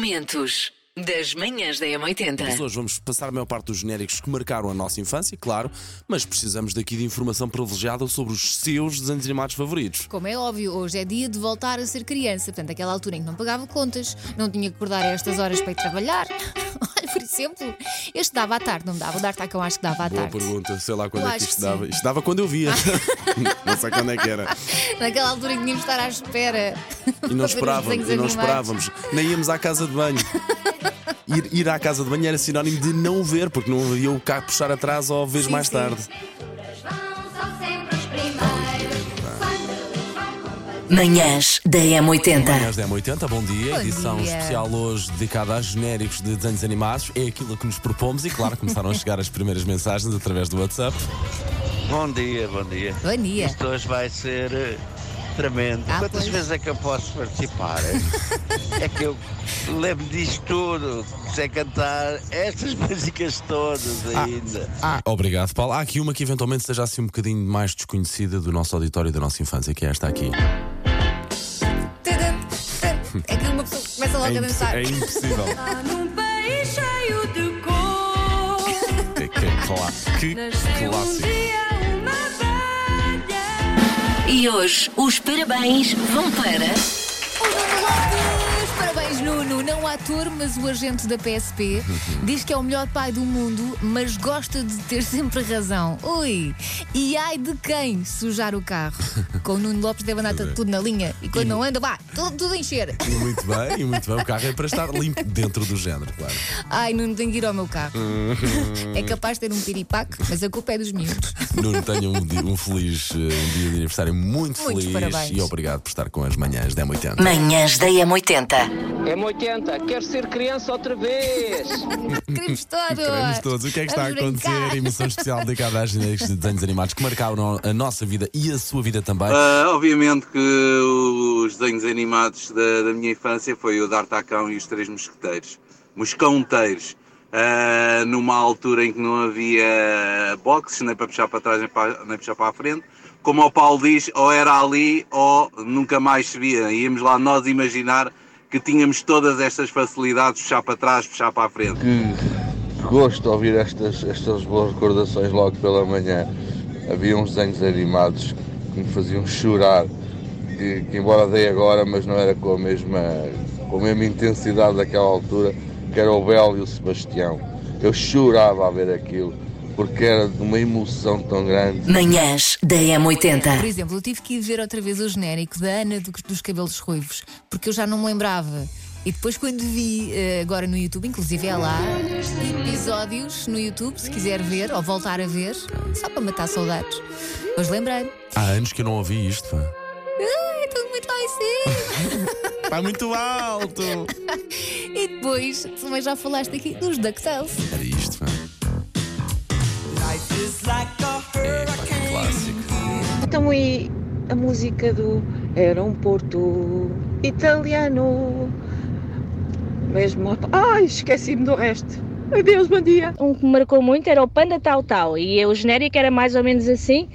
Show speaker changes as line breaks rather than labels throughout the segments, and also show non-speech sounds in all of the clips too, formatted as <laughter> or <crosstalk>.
Momentos das manhãs da
Mas
M80.
hoje vamos passar a maior parte dos genéricos que marcaram a nossa infância, claro, mas precisamos daqui de informação privilegiada sobre os seus desenhos animados favoritos.
Como é óbvio, hoje é dia de voltar a ser criança. Portanto, aquela altura em que não pagava contas, não tinha que acordar a estas horas para ir trabalhar. <laughs> Olha, por exemplo, este dava à tarde, não dava? O D'Artacão acho que dava à
Boa
tarde.
pergunta, sei lá quando
Tá. Eu
é que
acho
isto
que
dava.
sim.
Isto dava quando eu
<laughs>
via. não sei quando é que era.
Naquela altura em que tínhamos de estar à espera.
E
<laughs>
não esperávamos, e não esperávamos. Nem íamos à casa de banho. Ir, ir à casa de banho era sinónimo de não ver, porque não havia o carro puxar atrás ou vez
Sim,
mais
sim.
tarde.
Manhãs da M80.
Às 10h80, bom dia.
Bom
Edição
dia.
especial hoje dedicada a genéricos de desenhos animados. É aquilo que nos propomos e, claro, começaram a chegar as primeiras mensagens através do WhatsApp.
Bom dia, bom dia.
Bom dia.
Isto hoje vai ser eh, tremendo.
Ah,
Quantas
pois.
vezes é que eu posso participar? eh? é que eu lembro disto tudo. Sei cantar estas <laughs> músicas todas ainda.
Ah, obrigado, Paulo. Há aqui uma que eventualmente seja assim um bocadinho mais desconhecida do nosso auditório e da nossa infância, que é esta aqui.
Tadam, tadam. É que uma pessoa começa logo a
é
dançar.
impossível.
<laughs>
Num país cheio de cor,
que clá- que
nasceu um
clássico.
dia uma velha.
E hoje os parabéns vão para.
O Nuno Lopes! Parabéns, Nuno! Não o ator, mas o agente da
<laughs>
PSP. Diz que é o melhor pai do mundo, mas gosta de ter <laughs> sempre razão. Ui! E ai de quem sujar
<laughs>
o carro? Com o Nuno Lopes deve andar
é.
tudo na linha. E quando não anda, vá, tudo, tudo a encher.
E muito bem, e muito bem. O carro é para estar limpo dentro do género, claro.
Ai, Nuno, tenho que ir ao
<laughs>
meu carro. É capaz de ter um piripaque, mas a culpa é
<laughs>
dos miúdos.
Nuno, tenha um, dia- um feliz eh, um dia de aniversário muito
Muitos
feliz
parabéns.
e obrigado por estar com as manhãs da 80
Manhãs da M80.
M80, quero É ser criança outra vez!
Queremos todos!
Queremos todos. O que é que está a
Vamos
acontecer?
brincar.
Emissão especial dedicada às genéricos de desenhos animados que marcaram a nossa vida e a sua vida também.
Ah, obviamente que os desenhos animados da, da minha infância foi o D'Artacão e os Três Mosqueteiros. Moscão-teiros. Ah, numa altura em que não havia boxes, nem para puxar para trás, nem para, nem puxar para a frente. Como o Paulo diz, ou era ali ou nunca mais se via. Íamos lá nós imaginar que tínhamos todas estas facilidades, puxar para trás, puxar para a frente.
que gosto de ouvir estas, estas boas recordações logo pela manhã. Havia uns desenhos animados que me faziam chorar, que, que embora dei agora, mas não era com a mesma, com a mesma intensidade daquela altura, que era o Belo e o Sebastião. Eu chorava a ver aquilo, porque era de uma emoção tão grande.
Manhãs da
Por
M80.
exemplo, eu tive que ir ver outra vez o genérico da Ana do- dos cabelos ruivos, porque eu já não me lembrava. E depois, quando vi eh, agora no YouTube, inclusive é lá, episódios no YouTube, se quiser ver ou voltar a ver, só para matar saudades. Mas lembrei,
Há anos que eu não ouvi isto. pá.
ah, é tudo muito lá em cima.
Está muito alto!
e depois, também já falaste aqui dos DuckTales.
Era isto. pá. É, pá, que clássico.
Então e a música do Era um Porto Italiano. Mesmo. a- Ai, esqueci-me do resto. Adeus, bom dia.
um que me marcou muito era o Panda Tal Tal. E o genérico era mais ou menos assim: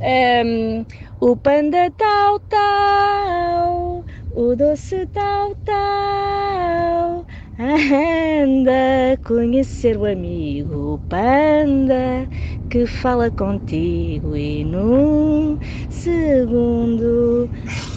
ehm, O Panda Tal Tal, o doce Tal Tal, anda conhecer o amigo Panda que fala contigo e num segundo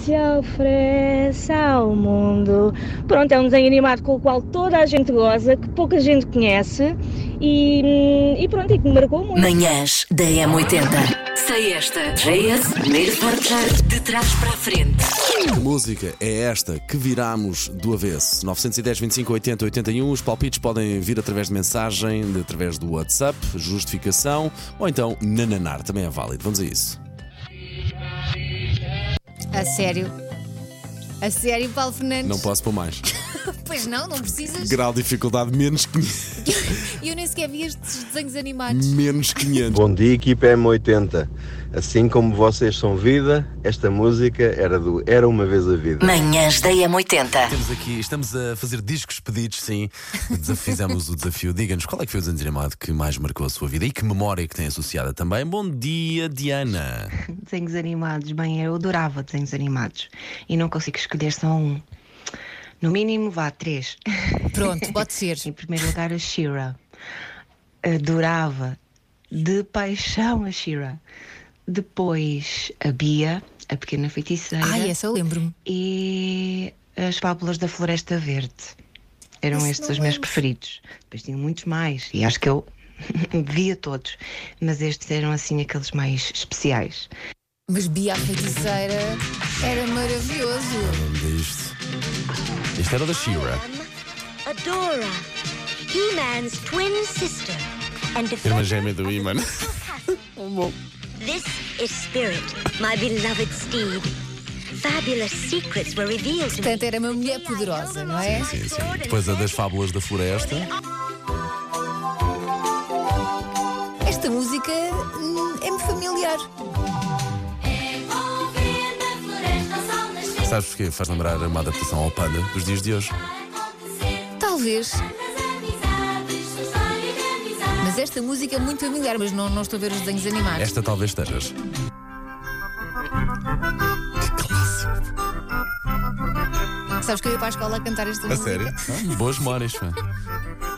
se oferece ao mundo. Pronto, é um desenho animado com o qual toda a gente goza, que pouca gente conhece e, hum, e pronto, e que me marcou muito.
Manhãs da M80. Sei esta. JS, primeiro portar de trás para a frente.
Que música é esta que viramos do avesso? 910 25 80 81. Os palpites podem vir através de mensagem, de- através do WhatsApp, justificação ou então nananar. Também é válido. Vamos a isso.
A sério. A sério, Paulo Fernandes?
Não posso pôr <laughs> mais.
Pois não, não precisas.
Grau de dificuldade menos 500.
E eu nem sequer vi estes desenhos animados.
Menos 500.
Bom dia, equipa M80. Assim como vocês são vida, esta música era do Era Uma Vez a Vida.
Manhãs da M80.
<laughs> Temos aqui, estamos a fazer discos pedidos, sim. Desaf- Fizemos o desafio. Diga-nos qual é que foi o desenho animado que mais marcou a sua vida e que memória que tem associada também. Bom dia, Diana.
Desenhos animados. Bem, eu adorava desenhos animados. E não consigo escolher só um. No mínimo, vá três.
Pronto, pode <laughs> ser.
em primeiro lugar, a Shira. Adorava de paixão a Shira. Depois, a Bia, a pequena feiticeira.
Ai, essa eu lembro-me.
E as Fábulas da Floresta Verde. Eram
Esse
estes
não
os meus
lembro.
preferidos. Depois tinha muitos mais. E acho que eu <laughs> via todos. Mas estes eram assim aqueles mais especiais.
Mas Bia a feiticeira era maravilhoso.
Isto. Isto era da Shira.
Adora, He-Man's twin sister, and
Irmã
defender.
gêmea do Iman. <laughs>
This is Spirit, my beloved steed. Fabulous secrets were revealed to me.
Portanto, era uma mulher poderosa, não é?
Sim, sim. Depois a das Fábulas da Floresta.
Esta música hum, é-me familiar.
Sabes porquê? Faz lembrar uma adaptação ao Panda dos dias de hoje.
Talvez. Mas esta música é muito familiar, mas não, não estou a ver os desenhos animados.
Esta talvez estejas.
Sabes que eu ia para a escola a cantar esta
A
música?
sério? Ah, Boas memórias, fã.
oh,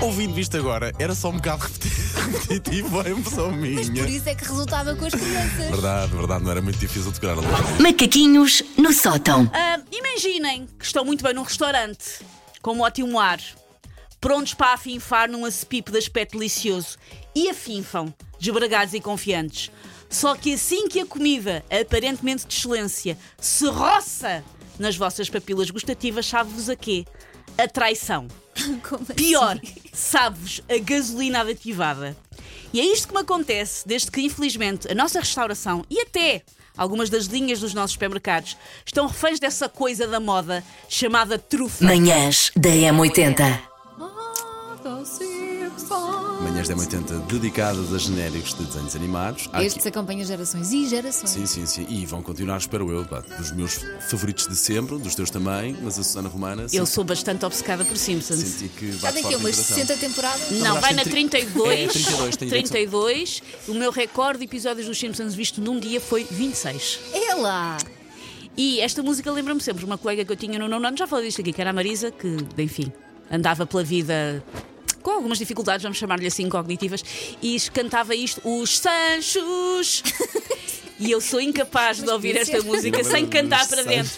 oh,
Ouvindo isto agora, era só um bocado <laughs> repetitivo, é impressão minha.
Mas por isso é que resultava com as crianças.
<laughs> Verdade, verdade, não era muito difícil de decorar.
Macaquinhos no sótão.
Ah, imaginem que estão muito bem num restaurante, com um ótimo ar, prontos para afinfar num acepipe de aspecto delicioso. E afinfam, desbragados e confiantes. Só que assim que a comida, aparentemente de excelência, se roça nas vossas papilas gustativas, sabe-vos a quê? A traição.
assim?
Pior, sabe-vos a gasolina aditivada. E é isto que me acontece desde que, infelizmente, a nossa restauração e até algumas das linhas dos nossos supermercados estão reféns dessa coisa da moda chamada trufa.
Manhãs da M80.
Manhãs de 80 dedicadas a genéricos de desenhos animados. Há
Estes acompanham gerações e gerações.
Sim, sim, sim. E vão continuar, espero eu, pá, dos meus favoritos de sempre, dos teus também, mas a Susana Romana.
Eu sou bastante obcecada por Simpsons.
Senti que
Já
bate
tem
forte
aqui
no
umas
coração.
60 temporadas?
Não, vai na
tri-
32.
É, 32, tem
32. O meu recorde de episódios dos Simpsons visto num dia foi 26.
É lá!
E esta música lembra-me sempre de uma colega que eu tinha no nono ano, já falei disto aqui, que era a Marisa, que, enfim, andava pela vida com algumas dificuldades, vamos chamar-lhe assim, cognitivas, e cantava isto, os <laughs> Sanchos. E eu sou incapaz de ouvir esta música sem cantar para dentro.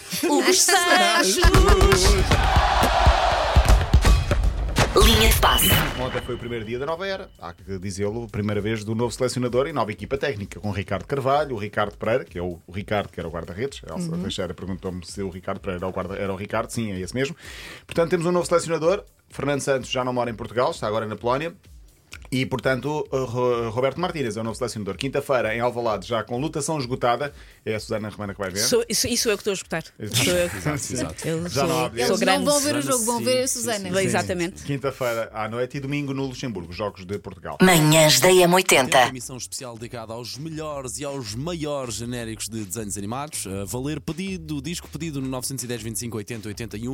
Os Sanchos!
Linha de passe.
Ontem foi o primeiro dia da nova era, há que dizê-lo, primeira vez do novo selecionador e nova equipa técnica, com Ricardo Carvalho, o Ricardo Pereira, que é o, o Ricardo que era o guarda-redes. A Elsa
Uhum.
Teixeira perguntou-me se o Ricardo Pereira era o, guarda, era o Ricardo, sim, é esse mesmo. Portanto, temos um novo selecionador, Fernando Santos já não mora em Portugal, está agora na Polónia. E, portanto, o Ro- Roberto Martínez é o novo selecionador. Quinta-feira, em Alvalade, já com lotação esgotada. É a Susana Romana que vai ver.
Sou, isso, isso eu que estou a escutar. Sou eu. Eu
Já não há
sou,
bilhetes.
sou grande.
Sim,
Exatamente.
sim. Quinta-feira à noite e domingo no Luxemburgo, Jogos de Portugal.
Manhãs da
Tem uma
M80.
emissão especial dedicada aos melhores e aos maiores genéricos de desenhos animados. A valer pedido, disco pedido no 910 25 80 81.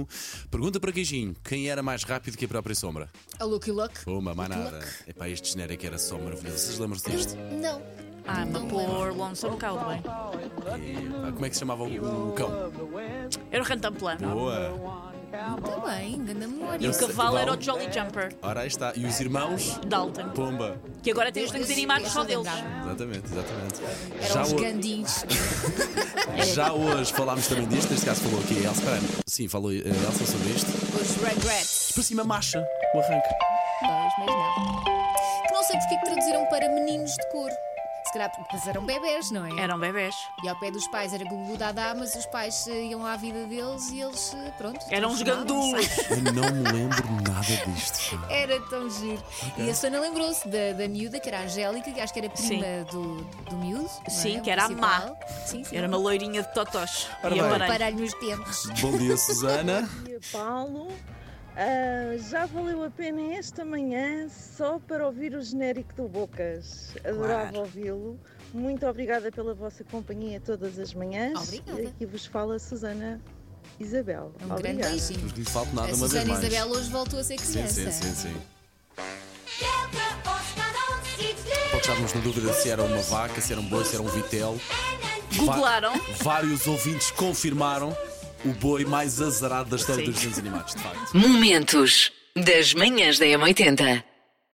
Pergunta para Queijinho: quem era mais rápido que a própria sombra?
A Lucky Luck?
Uma manada. Epá, este genérico era só maravilhoso. Vocês lembram-se disto?
Não.
Ah, para pôr Lonesome Cowboy.
Epá, como é que se chamava o, o cão?
Era o Rantamplan.
Boa!
Muito tá bem, grande memória.
E o cavalo era o Jolly Jumper,
Ora, aí está. E os irmãos?
Dalton.
Pomba.
Que agora tem os desenhos animados só deles.
Exatamente, exatamente.
Eram tipo os
o-
gandinhos.
Já hoje falámos também disto, neste caso falou aqui a Elsa Pereira. Sim, falou eh, a Elsa sobre isto.
Os Rugrats.
Para cima, macha, o arranque.
Pois, mas não. Que não sei porque é que traduziram para meninos de cor. Se calhar porque mas eram bebés, não é?
Eram bebés.
E ao pé dos pais era Gugu Dadá, mas os pais eh, iam à vida deles e eles, eh, pronto.
Eram os
transformavam-se.
gandulos.
Eu não me lembro nada disto. pá.
Era tão giro.
Ok.
E a Sônia lembrou-se da, da miúda, que era a Angélica, que acho que era prima do, do miúdo. não é?
Sim,
O
que era a má.
principal. Sim, sim.
Era uma loirinha de totós.
Ora
E
bem.
aparelho.
Paralho nos tempos.
Bom dia, Susana.
Paulo, ah, já valeu a pena esta manhã só para ouvir o genérico do Bocas. Adorava
Claro.
ouvi-lo. Muito obrigada pela vossa companhia todas as manhãs.
Obrigada.
Aqui vos fala a Susana. Isabel.
Um grande beijinho.
Não lhe falta nada
a
uma vez
Susana
mais.
Isabel hoje voltou a ser
Sim, sim,
criança.
sim, sim. Há pouco estávamos na dúvida se era uma vaca, se era um boi, se era um vitelo.
Googlaram?
Va- Vários ouvintes confirmaram o boi mais azarado da história dos desenhos animados, de facto.
Momentos das manhãs da M80.